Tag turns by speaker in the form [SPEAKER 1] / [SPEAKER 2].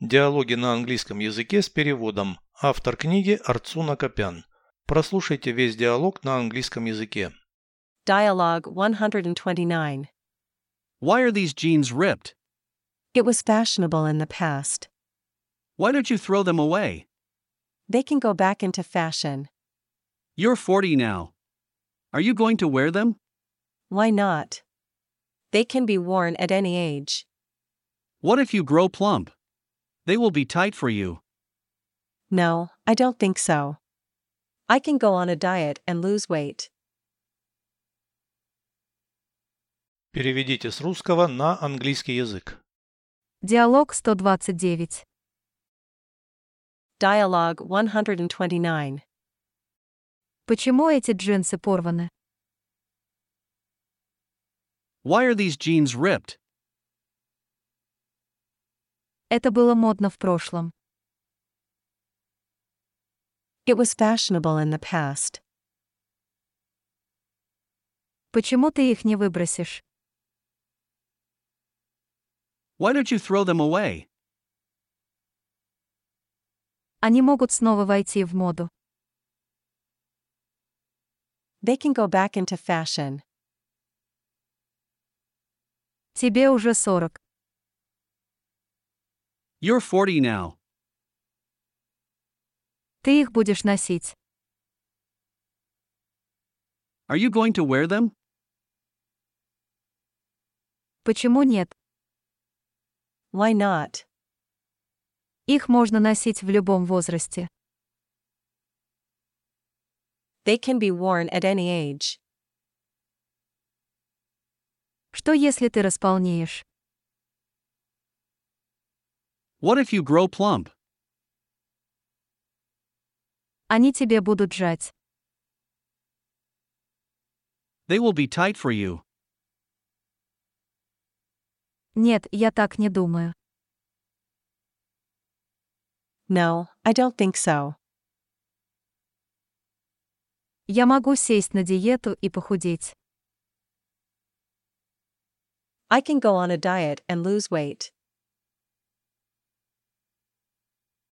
[SPEAKER 1] Диалоги на английском языке с переводом. Автор книги Арцуна Копян. Прослушайте весь диалог на английском языке.
[SPEAKER 2] Dialogue 129.
[SPEAKER 3] Why are these jeans ripped?
[SPEAKER 2] It was fashionable in the past.
[SPEAKER 3] Why don't you throw them away?
[SPEAKER 2] They can go back into fashion.
[SPEAKER 3] You're 40 now. Are you going to wear them?
[SPEAKER 2] Why not? They can be worn at any age.
[SPEAKER 3] What if you grow plump? They will be tight for you.
[SPEAKER 2] No, I don't think so. I can go on a diet and lose weight.
[SPEAKER 1] Переведите с русского на английский язык.
[SPEAKER 4] Диалог 129.
[SPEAKER 2] Dialogue 129.
[SPEAKER 4] Почему эти джинсы порваны?
[SPEAKER 3] Why are these jeans ripped?
[SPEAKER 4] Это было модно в прошлом.
[SPEAKER 2] It was fashionable in the past.
[SPEAKER 4] Почему ты их не выбросишь?
[SPEAKER 3] Why don't you throw them away?
[SPEAKER 4] Они могут снова войти в моду.
[SPEAKER 2] They can go back into fashion.
[SPEAKER 4] Тебе уже 40.
[SPEAKER 3] You're 40 now.
[SPEAKER 4] Ты их будешь носить.
[SPEAKER 3] Are you going to wear them?
[SPEAKER 4] Почему нет?
[SPEAKER 2] Why not?
[SPEAKER 4] Их можно носить в любом возрасте.
[SPEAKER 2] They can be worn at any age.
[SPEAKER 4] Что если ты располнеешь?
[SPEAKER 3] What if you grow plump?
[SPEAKER 4] Они тебе будут жать.
[SPEAKER 3] They will be tight for you.
[SPEAKER 4] Нет, я так не думаю.
[SPEAKER 2] No, I don't think so.
[SPEAKER 4] Я могу сесть на диету и похудеть.
[SPEAKER 2] I can go on a diet and lose weight.